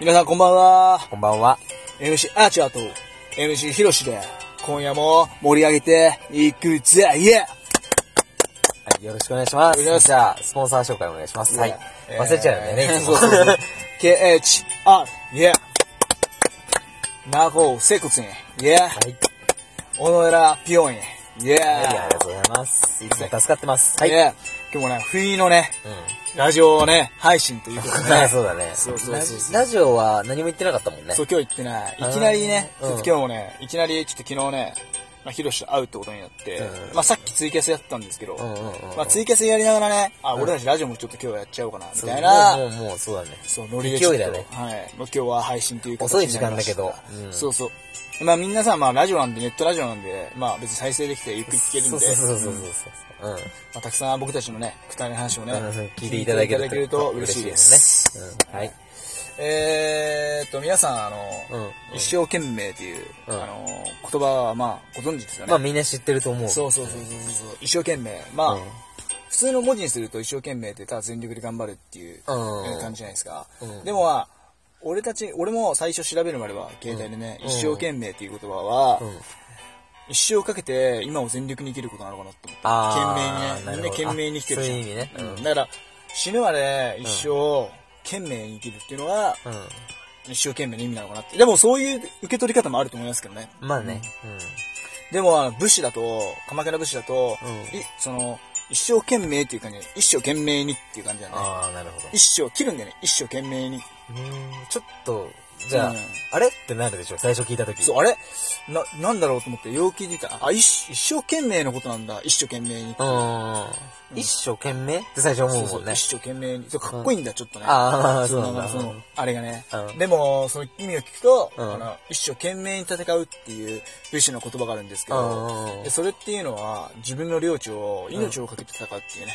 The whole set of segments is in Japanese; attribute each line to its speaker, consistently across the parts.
Speaker 1: 皆さんこんばんは。
Speaker 2: こんばんは。
Speaker 1: MC アーチャーと MC ヒロシで、今夜も盛り上げていくぜイエ
Speaker 2: はい、よろしくお願いします。
Speaker 1: お願いします
Speaker 2: じゃあ、スポンサー紹介お願いします。はい。
Speaker 1: えー
Speaker 2: 忘れちゃうよ ね、いつ
Speaker 1: そう
Speaker 2: も。
Speaker 1: そうそう。KHR、イエナゴセクツン、イエ
Speaker 2: はい。
Speaker 1: オノエラピオン、イエ
Speaker 2: はい、ありがとうございます。いつも助かってます。はい。
Speaker 1: 今日もね、冬のね、
Speaker 2: う
Speaker 1: ラジオね、配信ということで
Speaker 2: ん。
Speaker 1: ね。
Speaker 2: そうだね。
Speaker 1: そうそうそうそう
Speaker 2: ララジオは何も言ってなかったもんね。
Speaker 1: そう、今日行ってない。
Speaker 2: うん
Speaker 1: いきなりね、ち
Speaker 2: うん
Speaker 1: ょっと今日もね、いきなりちょっと昨日ね、まあ、ヒロシと会うってことになって、
Speaker 2: うん
Speaker 1: まあさっきツイキャスやってたんですけど、
Speaker 2: うんうんうんうん。
Speaker 1: まあツイキャスやりながらね、あ、俺たちラジオもちょっと今日やっちゃおうかな、み
Speaker 2: そう
Speaker 1: たいな、
Speaker 2: もう、もうもう、そうだね。
Speaker 1: そう、ノリでちょっと
Speaker 2: 勢いだね
Speaker 1: はい。もう今日は配信という形
Speaker 2: 遅い
Speaker 1: に
Speaker 2: 時
Speaker 1: なり
Speaker 2: 間
Speaker 1: ま
Speaker 2: だ
Speaker 1: した
Speaker 2: けど。うん
Speaker 1: そうそう。まあみんなさ、まあラジオなんで、ネットラジオなんで、まあ別に再生できてゆっくり聞けるんで、
Speaker 2: そうそうそうそ
Speaker 1: う
Speaker 2: う
Speaker 1: んま
Speaker 2: そう。うん。
Speaker 1: あたくさん僕たちのね、二人の話をね、
Speaker 2: 聞いていただける
Speaker 1: 聞いていただと嬉しいです。
Speaker 2: ね。うん。はい。
Speaker 1: えーっと、皆さん、あ
Speaker 2: う
Speaker 1: の、
Speaker 2: ん。
Speaker 1: 一生懸命という、
Speaker 2: うん
Speaker 1: あの、言葉はまあ、ご存知ですよね。
Speaker 2: まあみんな知ってると思う。
Speaker 1: そうそうそうそうそう。一生懸命。まあ、
Speaker 2: うん
Speaker 1: 普通の文字にすると一生懸命ってただ全力で頑張るっていう
Speaker 2: う
Speaker 1: え
Speaker 2: ん
Speaker 1: ー感じじゃないですか
Speaker 2: うん。
Speaker 1: でもまあ、俺たち、俺も最初調べるまでは、携帯でね、
Speaker 2: うん
Speaker 1: 一生懸命っていう言葉は、
Speaker 2: うん。
Speaker 1: 一生かけて今を全力に生きることなのかなと思
Speaker 2: あ
Speaker 1: って。懸命にね。
Speaker 2: ー
Speaker 1: みんな懸命に生きてる
Speaker 2: なるほ
Speaker 1: じゃん
Speaker 2: どあそういう意味ねうん
Speaker 1: うんだから、死ぬまで一生懸命に生きるっていうのは、
Speaker 2: うん。
Speaker 1: 一生懸命の意味なのかなって。でもそういう受け取り方もあると思いますけどね。
Speaker 2: まあね。
Speaker 1: でも、あの武士だと、鎌倉武士だと、
Speaker 2: うん
Speaker 1: いその、一生懸命っていう感じで、一生懸命にっていう感じだ
Speaker 2: うん。
Speaker 1: ね。
Speaker 2: ああ、なるほど。
Speaker 1: 一生、切るんだよね、一生懸命に。
Speaker 2: うーんちょっと、じゃあ、
Speaker 1: うん
Speaker 2: あれってなるでしょ最初聞いたとき。
Speaker 1: そう、あれな、なんだろうと思って、よう聞いてたら。あ、一一生懸命のことなんだ、一生懸命に。
Speaker 2: うーん。一生懸命って最初思う
Speaker 1: そう
Speaker 2: も
Speaker 1: そ
Speaker 2: ん
Speaker 1: う、
Speaker 2: ね。
Speaker 1: 一生懸命に。そうかっこいいんだ、ちょっとね。
Speaker 2: ああ、
Speaker 1: そ
Speaker 2: そう
Speaker 1: う
Speaker 2: なんだ。
Speaker 1: その、あれがね
Speaker 2: う。ん
Speaker 1: でも、その意味を聞くと、
Speaker 2: うん
Speaker 1: あの一生懸命に戦うっていう武士の言葉があるんですけ
Speaker 2: うんうんう
Speaker 1: ど
Speaker 2: ん、
Speaker 1: でそれっていうのは、自分の領地を、命をかけて戦うっていうね。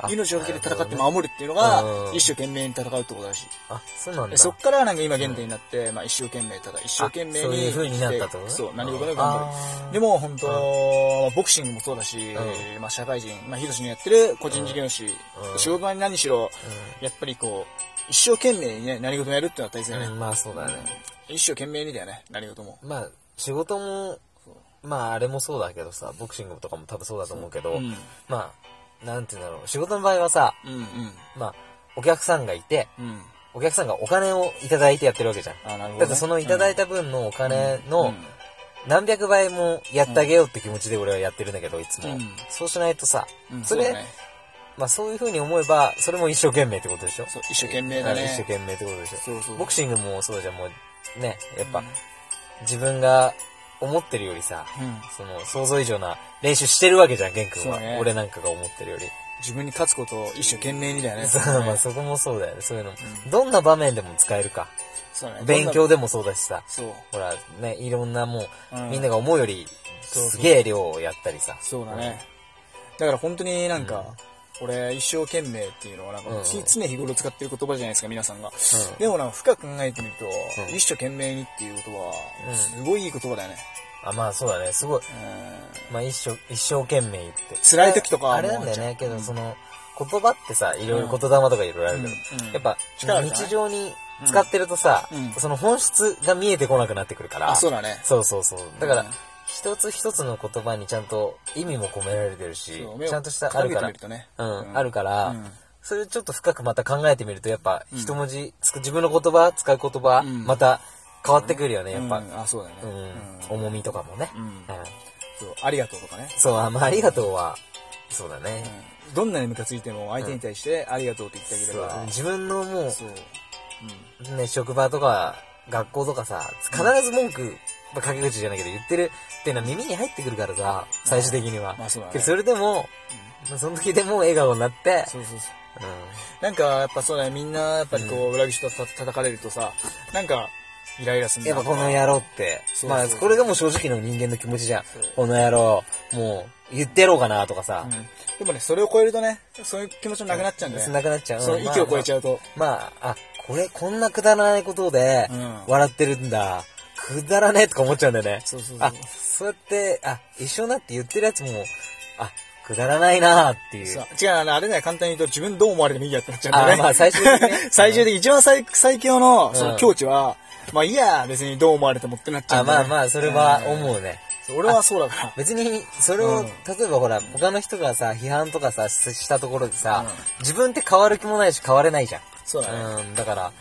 Speaker 2: あ
Speaker 1: 命をかけて戦って
Speaker 2: なるほどね
Speaker 1: 守るっていうのが
Speaker 2: う、ん
Speaker 1: 一生懸命に戦うってことだし。
Speaker 2: あ、そうなん
Speaker 1: で
Speaker 2: だ。
Speaker 1: そっからなんか今現代になって、まあ一生懸命、ただ一生懸命に。
Speaker 2: あそういう風になった
Speaker 1: 生
Speaker 2: と
Speaker 1: きてそう、何事でも頑
Speaker 2: あ
Speaker 1: 張る。
Speaker 2: ー
Speaker 1: でも本当、ボクシングもそうだし、
Speaker 2: う
Speaker 1: まあ社会人、まあヒロシのやってる個人事業主、
Speaker 2: うん
Speaker 1: 仕事場に何しろ、やっぱりこう、一生懸命にね、何事もやるってのは大切だ
Speaker 2: う
Speaker 1: ね。
Speaker 2: ん。うんまあそうだね。
Speaker 1: 一生懸命にだよね、何事も。
Speaker 2: まあ、仕事も、まああれもそうだけどさ、ボクシングとかも多分そうだと思うけど、
Speaker 1: うん。
Speaker 2: まあ、なんて言うんだろう。仕事の場合はさ、
Speaker 1: うん
Speaker 2: まあ、お客さんがいて、
Speaker 1: うん。うん。
Speaker 2: お客さんがお金をいただいてやってるわけじゃん。
Speaker 1: あ、なるほどね。
Speaker 2: だってそのいただいた分のお金の何百倍もやってあげようって気持ちで俺はやってるんだけど、いつも。
Speaker 1: うん
Speaker 2: そうしないとさ、
Speaker 1: うん、
Speaker 2: そ
Speaker 1: そ
Speaker 2: れ
Speaker 1: れ、
Speaker 2: まあそういう風に思えば、それも一生懸命ってことでしょ
Speaker 1: そう一生懸命だね
Speaker 2: うん一生懸命ってことでしょ
Speaker 1: そうそう
Speaker 2: ボクシングもそうじゃん、もうね、やっぱ、
Speaker 1: うん
Speaker 2: 自分が思ってるよりさ、
Speaker 1: うん
Speaker 2: その想像以上な練習してるわけじゃん、玄君
Speaker 1: そ
Speaker 2: は、
Speaker 1: うね
Speaker 2: 俺なんかが思ってるより。
Speaker 1: 自分に勝つことを一生懸命にだよね。
Speaker 2: そう まあそこもそうだよね、そういうのも。どんな場面でも使えるか。
Speaker 1: そうね
Speaker 2: 勉強でもそうだしさ、
Speaker 1: そう。
Speaker 2: ほら、ね、いろんなも
Speaker 1: う
Speaker 2: う、
Speaker 1: ん
Speaker 2: みんなが思うより、
Speaker 1: そうそう
Speaker 2: すげえ量をやったりさ。
Speaker 1: そうだね。だから本当になんか、俺、一生懸命っていうのはなんか、
Speaker 2: うん
Speaker 1: つ常日頃使ってる言葉じゃないですか、皆さんが。
Speaker 2: ん
Speaker 1: でもなんか、深く考えてみると、
Speaker 2: うん
Speaker 1: 一生懸命にっていう言葉
Speaker 2: う
Speaker 1: は、
Speaker 2: ん
Speaker 1: すごいいい言葉だよね。
Speaker 2: あ、まあそうだね、すごい。
Speaker 1: うん
Speaker 2: まあ一生、一生懸命言って。
Speaker 1: 辛い時とかは
Speaker 2: あれなんだよ
Speaker 1: もう
Speaker 2: ね、けどその、言葉ってさ、いろいろ言霊とかいろいろあ
Speaker 1: う
Speaker 2: るけ
Speaker 1: ん
Speaker 2: ど
Speaker 1: う、ん
Speaker 2: やっぱ
Speaker 1: 力じゃない
Speaker 2: 日常に使ってるとさ
Speaker 1: うん、
Speaker 2: その本質が見えてこなくなってくるから。
Speaker 1: あ、そうだね。
Speaker 2: そうそうそう。だか
Speaker 1: う
Speaker 2: ら
Speaker 1: ん、
Speaker 2: 一つ一つの言葉にちゃんと意味も込められてるし
Speaker 1: そう目、を
Speaker 2: ちゃんとした、ある
Speaker 1: 傾け
Speaker 2: か
Speaker 1: て
Speaker 2: ら
Speaker 1: みる、とね
Speaker 2: うん、あるか
Speaker 1: う
Speaker 2: ら
Speaker 1: ん、
Speaker 2: それをちょっと深くまた考えてみると、やっぱ一文字、つく自分の言葉、使う言葉、
Speaker 1: うん
Speaker 2: また変わってくるよね、やっ
Speaker 1: う
Speaker 2: ぱ。
Speaker 1: んあ、そうだよね。
Speaker 2: うん
Speaker 1: うん
Speaker 2: 重みとかもね。
Speaker 1: うん
Speaker 2: うん
Speaker 1: そうありがとうとかね。
Speaker 2: そう、あまあ、ありがとうは、そうだね。
Speaker 1: どんなにムカついても相手に対してありがとうって言ってあげ
Speaker 2: そ
Speaker 1: れ
Speaker 2: う
Speaker 1: ば。
Speaker 2: 自分のも
Speaker 1: そう。
Speaker 2: う、ね、職場とか、学校とかさ、必ず文句、まあ、陰口じゃないけど言ってるっていうのは耳に入ってくるからさ、最終的には。
Speaker 1: まあそうだね
Speaker 2: けどそれでも、まあ、その時でも笑顔になって、
Speaker 1: そうそうそう。
Speaker 2: う
Speaker 1: なんか、やっぱそうだね、みんな、やっぱりこう、裏口とた叩かれるとさ、なんか、イライラする
Speaker 2: ん。
Speaker 1: んだ
Speaker 2: やっぱこの野郎って、
Speaker 1: そう
Speaker 2: まあ、
Speaker 1: そう
Speaker 2: これがもう正直の人間の気持ちじゃん
Speaker 1: そう。
Speaker 2: この野郎、もう、言ってやろうかなとかさ
Speaker 1: うん、でもね、それを超えるとね、そういう気持ちもなくなっちゃうんだよね。
Speaker 2: なくなっちゃう。
Speaker 1: その域を超えち
Speaker 2: ゃう
Speaker 1: ゃうと。
Speaker 2: まあ、あ、これ、こんなくだらないことで
Speaker 1: うん、
Speaker 2: 笑ってるんだ。くだらねえとか思っちゃうんだよね。
Speaker 1: そうそうそう
Speaker 2: あ、そうやって、あ、一緒になって言ってるやつも、あ、くだらないなーっていう。
Speaker 1: さ違う、あのあれだよ、簡単に言うと自分どう思われてもいいやってなっちゃうんだ
Speaker 2: あ
Speaker 1: よ
Speaker 2: ー
Speaker 1: ね。。
Speaker 2: まあ最終的にね
Speaker 1: 最終的に一番最最強のその
Speaker 2: うん
Speaker 1: 境地は、まあいいや、別にどう思われてもってなっちゃ
Speaker 2: あ、
Speaker 1: うんだ
Speaker 2: ま
Speaker 1: よ
Speaker 2: あ
Speaker 1: ね。
Speaker 2: まあ、それは思うね。
Speaker 1: そう俺はそうだから。
Speaker 2: 別に、それを、
Speaker 1: うん
Speaker 2: 例えばほら、他の人がさ、批判とかさ、ししたところでさ、
Speaker 1: う
Speaker 2: 自分って変わる気もないし変われないじゃん。
Speaker 1: そうだね。
Speaker 2: うん、だから、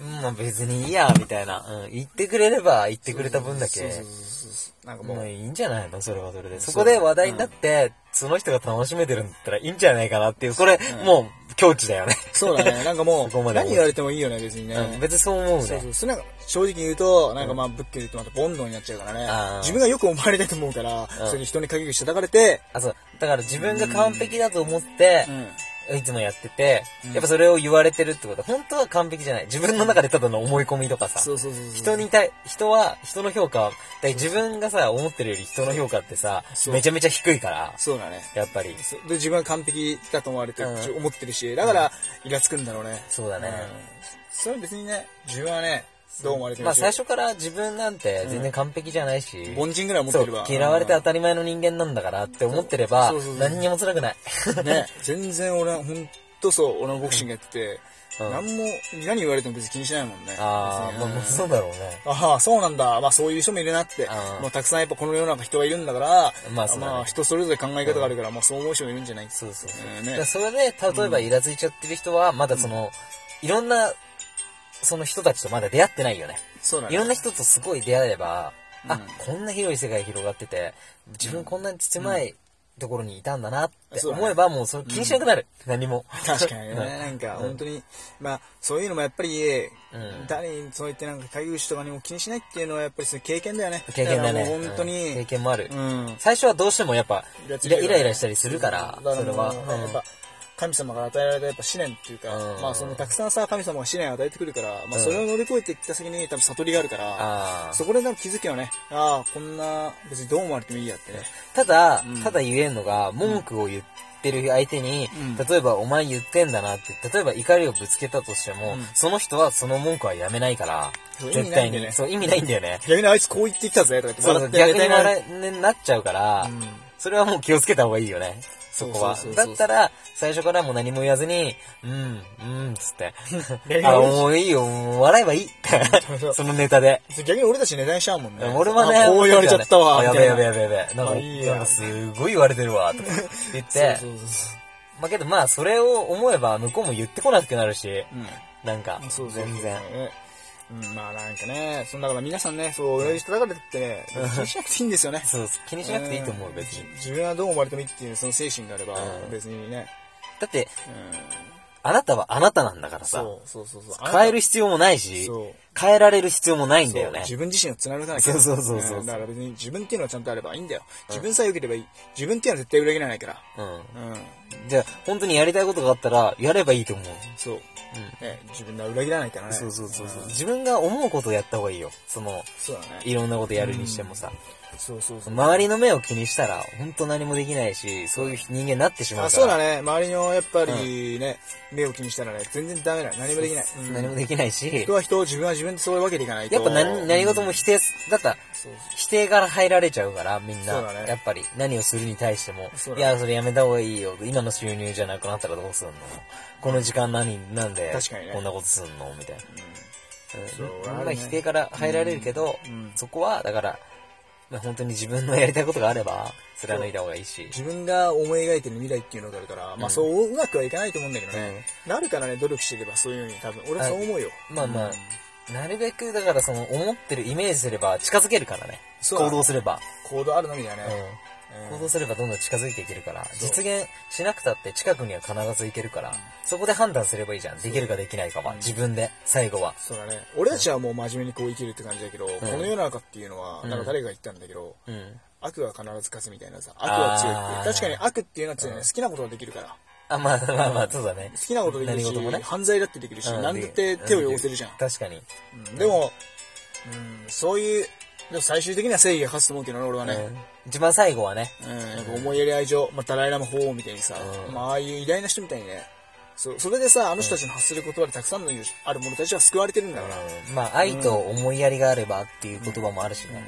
Speaker 2: うん、まあ別にいいや、みたいな。うん、言ってくれれば言ってくれた分だ
Speaker 1: そうそ
Speaker 2: け
Speaker 1: う、そうそうなんかも
Speaker 2: もう
Speaker 1: う、
Speaker 2: いいんじゃないのそれはそれで。
Speaker 1: そ
Speaker 2: そうこで話題になって、その人が楽しめてるんだったらいいんじゃないかなっていう、これ、
Speaker 1: うん
Speaker 2: もう、境地だよね。
Speaker 1: そうだね。なんかも
Speaker 2: そこ
Speaker 1: う、
Speaker 2: まで
Speaker 1: 何言われてもいいよね、別にね。
Speaker 2: うん、別にそう思うね。
Speaker 1: そうそう。それなんか、正直言うと、なんかまあ、仏教で言うとまたボンドになっちゃうから
Speaker 2: あ
Speaker 1: ね
Speaker 2: ー。
Speaker 1: 自分がよく思われたいと思うから、
Speaker 2: うん
Speaker 1: それに人に限り叩かれて、
Speaker 2: あ、そう。だから自分が完璧だと思って
Speaker 1: う、ん。
Speaker 2: いつもやってて、
Speaker 1: うん
Speaker 2: やっぱそれを言われてるってことは、本当は完璧じゃない。自分の中でただの思い込みとかさ。
Speaker 1: そうそうそうそう。
Speaker 2: 人に対、人は、人の評価は、だから自分がさ、思ってるより人の評価ってさ、
Speaker 1: そう
Speaker 2: めちゃめちゃ低いから、
Speaker 1: そうだね。
Speaker 2: やっぱり。
Speaker 1: そうで、自分は完璧だと思われてる、
Speaker 2: うん
Speaker 1: 思ってるし、だから、イラつくんだろうね。
Speaker 2: そうだね。
Speaker 1: うんそれは別にね、自分はね、どう思われて
Speaker 2: ま
Speaker 1: る
Speaker 2: あ
Speaker 1: し、
Speaker 2: 最初から自分なんて全然完璧じゃないし、
Speaker 1: 凡人ぐらい思っ
Speaker 2: そ
Speaker 1: てれば
Speaker 2: う。、嫌われて当
Speaker 1: た。
Speaker 2: たり前の人間なんだからって思ってれば
Speaker 1: そうそうそう、そう
Speaker 2: 何にも辛くない。
Speaker 1: ね、全然俺は、ほんとそう、俺のボクシングやってて、
Speaker 2: うん
Speaker 1: 何も、何言われても別に気にしないもんね。別に
Speaker 2: ああ、まあまあそうだろうね。
Speaker 1: ああ、そうなんだ。まあそういう人もいるなって
Speaker 2: あ。ー
Speaker 1: もうたくさんやっぱこの世の中人がいるんだから、
Speaker 2: まあそうだね
Speaker 1: まあ人それぞれ考え方があるから、まあそう思う人もいるんじゃない
Speaker 2: そうそうそう。
Speaker 1: うんね
Speaker 2: だからそれで、例えばイラついちゃってる人は、まだその、いろんな、その人たちとまだ出会ってないよね。
Speaker 1: そうだ
Speaker 2: いろん
Speaker 1: ね。
Speaker 2: な人とすごい出会えれば、
Speaker 1: う
Speaker 2: あ
Speaker 1: ん、
Speaker 2: こんな広い世界広がってて、自分こんなに狭いところにいたんだなって
Speaker 1: そうだね
Speaker 2: 思えば、もうそれ気にしなくなる。何も。
Speaker 1: 確かにね、
Speaker 2: うん
Speaker 1: なんか
Speaker 2: うん
Speaker 1: 本当に、まあそういうのもやっぱり、
Speaker 2: ん
Speaker 1: 誰にそう言ってなんか対応しとかにも気にしないっていうのはやっぱりその経験だよね。
Speaker 2: 経験だ
Speaker 1: から
Speaker 2: ね。
Speaker 1: もう本当
Speaker 2: う
Speaker 1: に、
Speaker 2: ん経験もある
Speaker 1: う。ん。
Speaker 2: 最初はどうしてもやっぱ、
Speaker 1: イ
Speaker 2: イ
Speaker 1: ラ
Speaker 2: ラ
Speaker 1: ついてる
Speaker 2: イライラしたりするから、
Speaker 1: だ
Speaker 2: それは。
Speaker 1: も
Speaker 2: う
Speaker 1: うやっ
Speaker 2: ん
Speaker 1: ぱ神様が与えられたやっぱ試練っていうか、
Speaker 2: うん
Speaker 1: まあそのたくさんさ、神様が試練を与えてくるから、まあ
Speaker 2: うん
Speaker 1: それを乗り越えてきた先に多分悟りがあるから、
Speaker 2: あー
Speaker 1: そこでなんか気づきはね、ああ、こんな別にどう思われてもいいやってね。
Speaker 2: ただ
Speaker 1: うん、
Speaker 2: ただ言えんのが、文句を言ってる相手に
Speaker 1: うん、
Speaker 2: 例えばお前言ってんだなって、例えば怒りをぶつけたとして
Speaker 1: う
Speaker 2: も
Speaker 1: ん、
Speaker 2: その人はその文句はやめないから
Speaker 1: そう、
Speaker 2: 絶
Speaker 1: 意味ない
Speaker 2: 対
Speaker 1: んだよね
Speaker 2: に。そう、意味ないんだよ ね。
Speaker 1: 逆にあいつこう言ってきたぜとか言って
Speaker 2: そう
Speaker 1: 笑
Speaker 2: そう、
Speaker 1: って
Speaker 2: 逆に
Speaker 1: られ
Speaker 2: 笑いになっちゃうから、
Speaker 1: うん
Speaker 2: それはもう気をつけた方がいいよね。そこは
Speaker 1: そうそう。そう
Speaker 2: だ
Speaker 1: そう
Speaker 2: ったら、最初からもう何も言わずに、うん、うん、つって。
Speaker 1: やいや
Speaker 2: あ、もういいよ、もう笑えばいいって。そのネタで。
Speaker 1: 逆に俺たち値段しちゃうもんね。
Speaker 2: 俺はね、
Speaker 1: あこう言われちゃったわ。
Speaker 2: あや
Speaker 1: み
Speaker 2: べ
Speaker 1: たいな
Speaker 2: やべやべやべ。なん
Speaker 1: あ
Speaker 2: か、
Speaker 1: いいや
Speaker 2: なんかすごい言われてるわ、とか言って
Speaker 1: そ。うそうそう
Speaker 2: まあけどまあ、それを思えば向こうも言ってこなくなるし、
Speaker 1: そう。うん
Speaker 2: なんか
Speaker 1: そう、そう
Speaker 2: 全然。。
Speaker 1: うん、まあなんかね、そんだから皆さんね、そう、親父叩かれてってね、気にしなくていいんですよね。
Speaker 2: そう、気にしなくていいと思う、別
Speaker 1: ん
Speaker 2: に。
Speaker 1: 自分はどう思われてもいいっていう、その精神があれば
Speaker 2: う、ん
Speaker 1: 別にね。
Speaker 2: だって、
Speaker 1: うん。
Speaker 2: あなたはあなたなんだからさ、
Speaker 1: そう、そうそうそう。
Speaker 2: 変える必要もないし、
Speaker 1: そう。
Speaker 2: 変えられる必要もないんだ
Speaker 1: そ
Speaker 2: よ
Speaker 1: う
Speaker 2: ね。
Speaker 1: 自分自身を貫かなきゃ
Speaker 2: そうそうそうそうそうん
Speaker 1: だから別に自分っていうのはちゃんとあればいいんだよ。自分さえ良ければいい。自分っていうのは絶対裏切らないから。
Speaker 2: うん。
Speaker 1: うん。
Speaker 2: じゃあ、本当にやりたいことがあったら、やればいいと思う。
Speaker 1: そう。ね、自分は裏切らないからね。
Speaker 2: そうそうそうそう。
Speaker 1: ん
Speaker 2: 自分が思うことをやった方がいいよ。その、
Speaker 1: そうだね。
Speaker 2: いろんなことやるにしてもさ。
Speaker 1: そうそうそう。
Speaker 2: 周りの目を気にしたら、本当何もできないし、そういう人間になってしまうから。
Speaker 1: あそうだね。周りのやっぱりね、目を気にしたらね、全然ダメだよ。何もできない。うん
Speaker 2: 何もできないし
Speaker 1: 人、は人、自分は自分でそういうわけでいかないと。
Speaker 2: やっぱ何何事
Speaker 1: も。
Speaker 2: も否定、だったら、
Speaker 1: そう
Speaker 2: 否定から入られちゃうから、みん
Speaker 1: そ
Speaker 2: な
Speaker 1: うだ。ね
Speaker 2: やっぱり、何をするに対しても
Speaker 1: そう、だ
Speaker 2: い
Speaker 1: ね
Speaker 2: や、それやめた方がいいよ。今の収入じゃなくなったらどうすんのこの時間何、なんで
Speaker 1: 確かにね、
Speaker 2: こんなことすんのみたいな。
Speaker 1: そう
Speaker 2: うん
Speaker 1: あるね
Speaker 2: まあ否定から入られるけど、
Speaker 1: うんうん
Speaker 2: そこは、だから、まあ、本当に自分のやりたいことがあれば、貫いた方がいいし。
Speaker 1: 自分が思い描いてる未来っていうのがあるから、まあそううまくはいかないと思うんだけどね。なるからね、努力してればそういうのに多分、俺はそう思うよ。
Speaker 2: まあまあ、なるべく、だからその、思ってるイメージすれば近づけるからね。
Speaker 1: そう
Speaker 2: 行動すれば。
Speaker 1: 行動あるのみだよ
Speaker 2: う
Speaker 1: ね。
Speaker 2: ん
Speaker 1: う
Speaker 2: 行
Speaker 1: ん
Speaker 2: 動すればどんどん近づいていけるから、
Speaker 1: そう
Speaker 2: 実現しなくたって近くには必ず行けるから、そこで判断すればいいじゃん。できるかできないかは、自分で、最後は。
Speaker 1: そうだね。俺たちはもう真面目にこう生きるって感じだけど、この世の中っていうのは、なんか誰が言ったんだけど、
Speaker 2: うん。
Speaker 1: 悪は必ず勝つみたいなさ、悪は強いってい
Speaker 2: あ
Speaker 1: う。
Speaker 2: ー
Speaker 1: 確かに悪っていうのは強いね。好きなことができるから。
Speaker 2: あ、まあまあまあ、そうだね。
Speaker 1: 好きなことできる
Speaker 2: 何
Speaker 1: し、
Speaker 2: 事もね。
Speaker 1: 犯罪だってできるし、
Speaker 2: うん
Speaker 1: 何だって手を汚せるじゃん。
Speaker 2: 確かに。
Speaker 1: うんでも、うん、そういう、でも最終的には正義が勝つと思うけどね、俺はね。
Speaker 2: うん一番最後はね、
Speaker 1: うん、やっぱ思いやり愛情、まあ、ダライラマ法王みたいにさ、
Speaker 2: うん
Speaker 1: まあ、ああいう偉大な人みたいにね、そう、それでさ、あの人たちの発する言葉でたくさんのある者たちは救われてるんだから、
Speaker 2: まあ、愛と思いやりがあればっていう言葉もあるしね。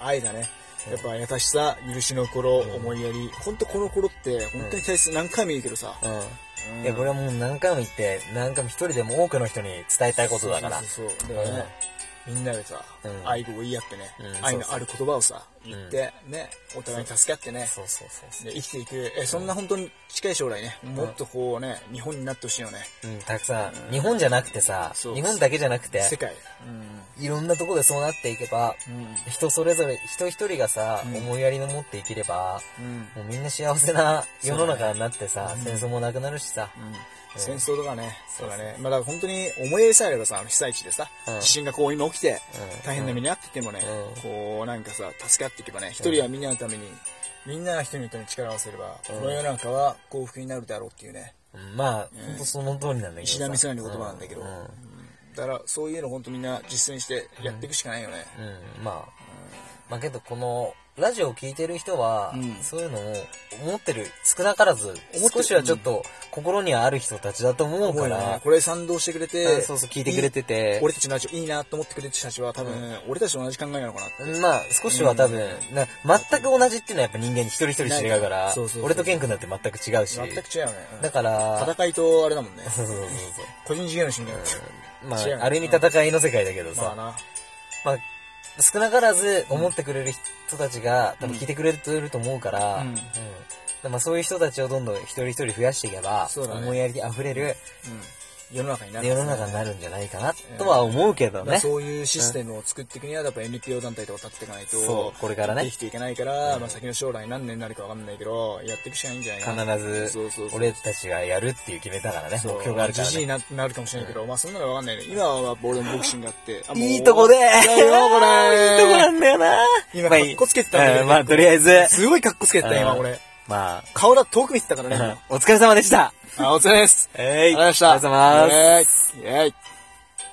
Speaker 1: 愛だね。やっぱ優しさ、許しの頃、思いやり。ほんとこの頃って、本当に大切、何回も言うけどさ。
Speaker 2: う。
Speaker 1: うんん
Speaker 2: いや、これはもう何回も言って、何回も一人でも多くの人に伝えたいことだから。
Speaker 1: そうそうそうだからね、みんなでさ、
Speaker 2: うん
Speaker 1: 愛語を言い合ってね、
Speaker 2: うん
Speaker 1: 愛のある言葉をさ、
Speaker 2: ん
Speaker 1: 言って、ね、お互いに助け合ってね、
Speaker 2: そうそうそうそ
Speaker 1: で生きていく、え、そんな本当に近い将来ね、もっとこうね、日本になってほしいよね。
Speaker 2: う。うん、たくさん。日本じゃなくてさ、
Speaker 1: そう
Speaker 2: 日本だけじゃなくて、
Speaker 1: 世界。
Speaker 2: いろんなところでそうなっていけば、
Speaker 1: うん。うん。
Speaker 2: 人それぞれ、人一人がさ、
Speaker 1: うん
Speaker 2: 思いやりの持っていければ、
Speaker 1: うん。
Speaker 2: もうみんな幸せな世の中になってさ、戦争もなくなるしさ、
Speaker 1: うん戦争とかね、
Speaker 2: そ
Speaker 1: そうう
Speaker 2: そう
Speaker 1: だね。まあだから本当に思い出さえあればさ、あの被災地でさ
Speaker 2: うん、
Speaker 1: 地震がこう今起きて
Speaker 2: うん、
Speaker 1: 大変な目に遭っててもね
Speaker 2: うん、
Speaker 1: こうなんかさ、助け合っていけばね、一人はみんなのために、みんなが一人のために力を合わせれば、この世の中は幸福になるだろうっていうね、
Speaker 2: うんまあ、ほんとその通りなんだけどさ。
Speaker 1: 石田三成の言葉なんだけど、
Speaker 2: う
Speaker 1: うんんだからそういうの本当みんな実践してやっていくしかないよね。
Speaker 2: うん、まあ、まあけどこの、ラジオを聞いてる人は、
Speaker 1: うん
Speaker 2: そういうのを思ってる、少なからず、
Speaker 1: る
Speaker 2: 少しはちょっと心にはある人たちだと思う
Speaker 1: 思
Speaker 2: か
Speaker 1: うよ
Speaker 2: ら
Speaker 1: ね、これ賛同してくれ
Speaker 2: あ
Speaker 1: て、
Speaker 2: そうそう聞いてくれてて
Speaker 1: いい俺たちのラジオいいなと思ってくれてる人たちは多分、俺たちと同じ考えなのかなって。
Speaker 2: まあ少しは多分、な全く同じっていうのはやっぱ人間に一人一人違うから、
Speaker 1: そうそうそう
Speaker 2: 俺とケン君だって全く違うし、
Speaker 1: 全く違うよね。うん
Speaker 2: だから、
Speaker 1: 戦いとあれだも んね。
Speaker 2: そうそうそう
Speaker 1: 個人事業主みたいな。
Speaker 2: そう。ま
Speaker 1: 違うよね
Speaker 2: あ、ある意味戦いの世界だけどさ、
Speaker 1: まあな。
Speaker 2: まあ、少なからず思ってくれる人たちが、多分聞いてくれてると思うから、
Speaker 1: うん
Speaker 2: うんでまあ、そういう人たちをどんどん一人一人増やしていけば、
Speaker 1: そうだね
Speaker 2: 思いやり溢れる
Speaker 1: うん。世の中になる。
Speaker 2: 世の中になるんじゃないかな、とは思うけど
Speaker 1: だから
Speaker 2: ね。
Speaker 1: そういうシステムを作っていくには、やっぱ NPO 団体とか立っていかないと、
Speaker 2: そうこれからね
Speaker 1: できていけないから、まあ先の将来何年になるかわかんないけど、やっていくしかないんじゃないかな。
Speaker 2: 必ず
Speaker 1: そうそう、そう
Speaker 2: 俺たちがやるっていう決めたからね、目
Speaker 1: そう
Speaker 2: 標があるから、
Speaker 1: じじい
Speaker 2: ね。
Speaker 1: にななるかもしれないけど、まあそんなのわかんないね。今はボールのボクシングがあって、あもう
Speaker 2: いいとこで
Speaker 1: だよ、これ。
Speaker 2: いいとこなんだよな
Speaker 1: 今
Speaker 2: まあいい
Speaker 1: かっこつけてたんだけど
Speaker 2: うんまあ、とりあえず、
Speaker 1: すごい格好つけてた、今
Speaker 2: うん
Speaker 1: 俺。
Speaker 2: ま あ、
Speaker 1: 顔だと遠く見てたからね。
Speaker 2: お疲れ様でした
Speaker 1: あ、お疲れです。あ
Speaker 2: え
Speaker 1: りがとうございました。
Speaker 2: ありがとうございます。
Speaker 1: イェーイイェーイ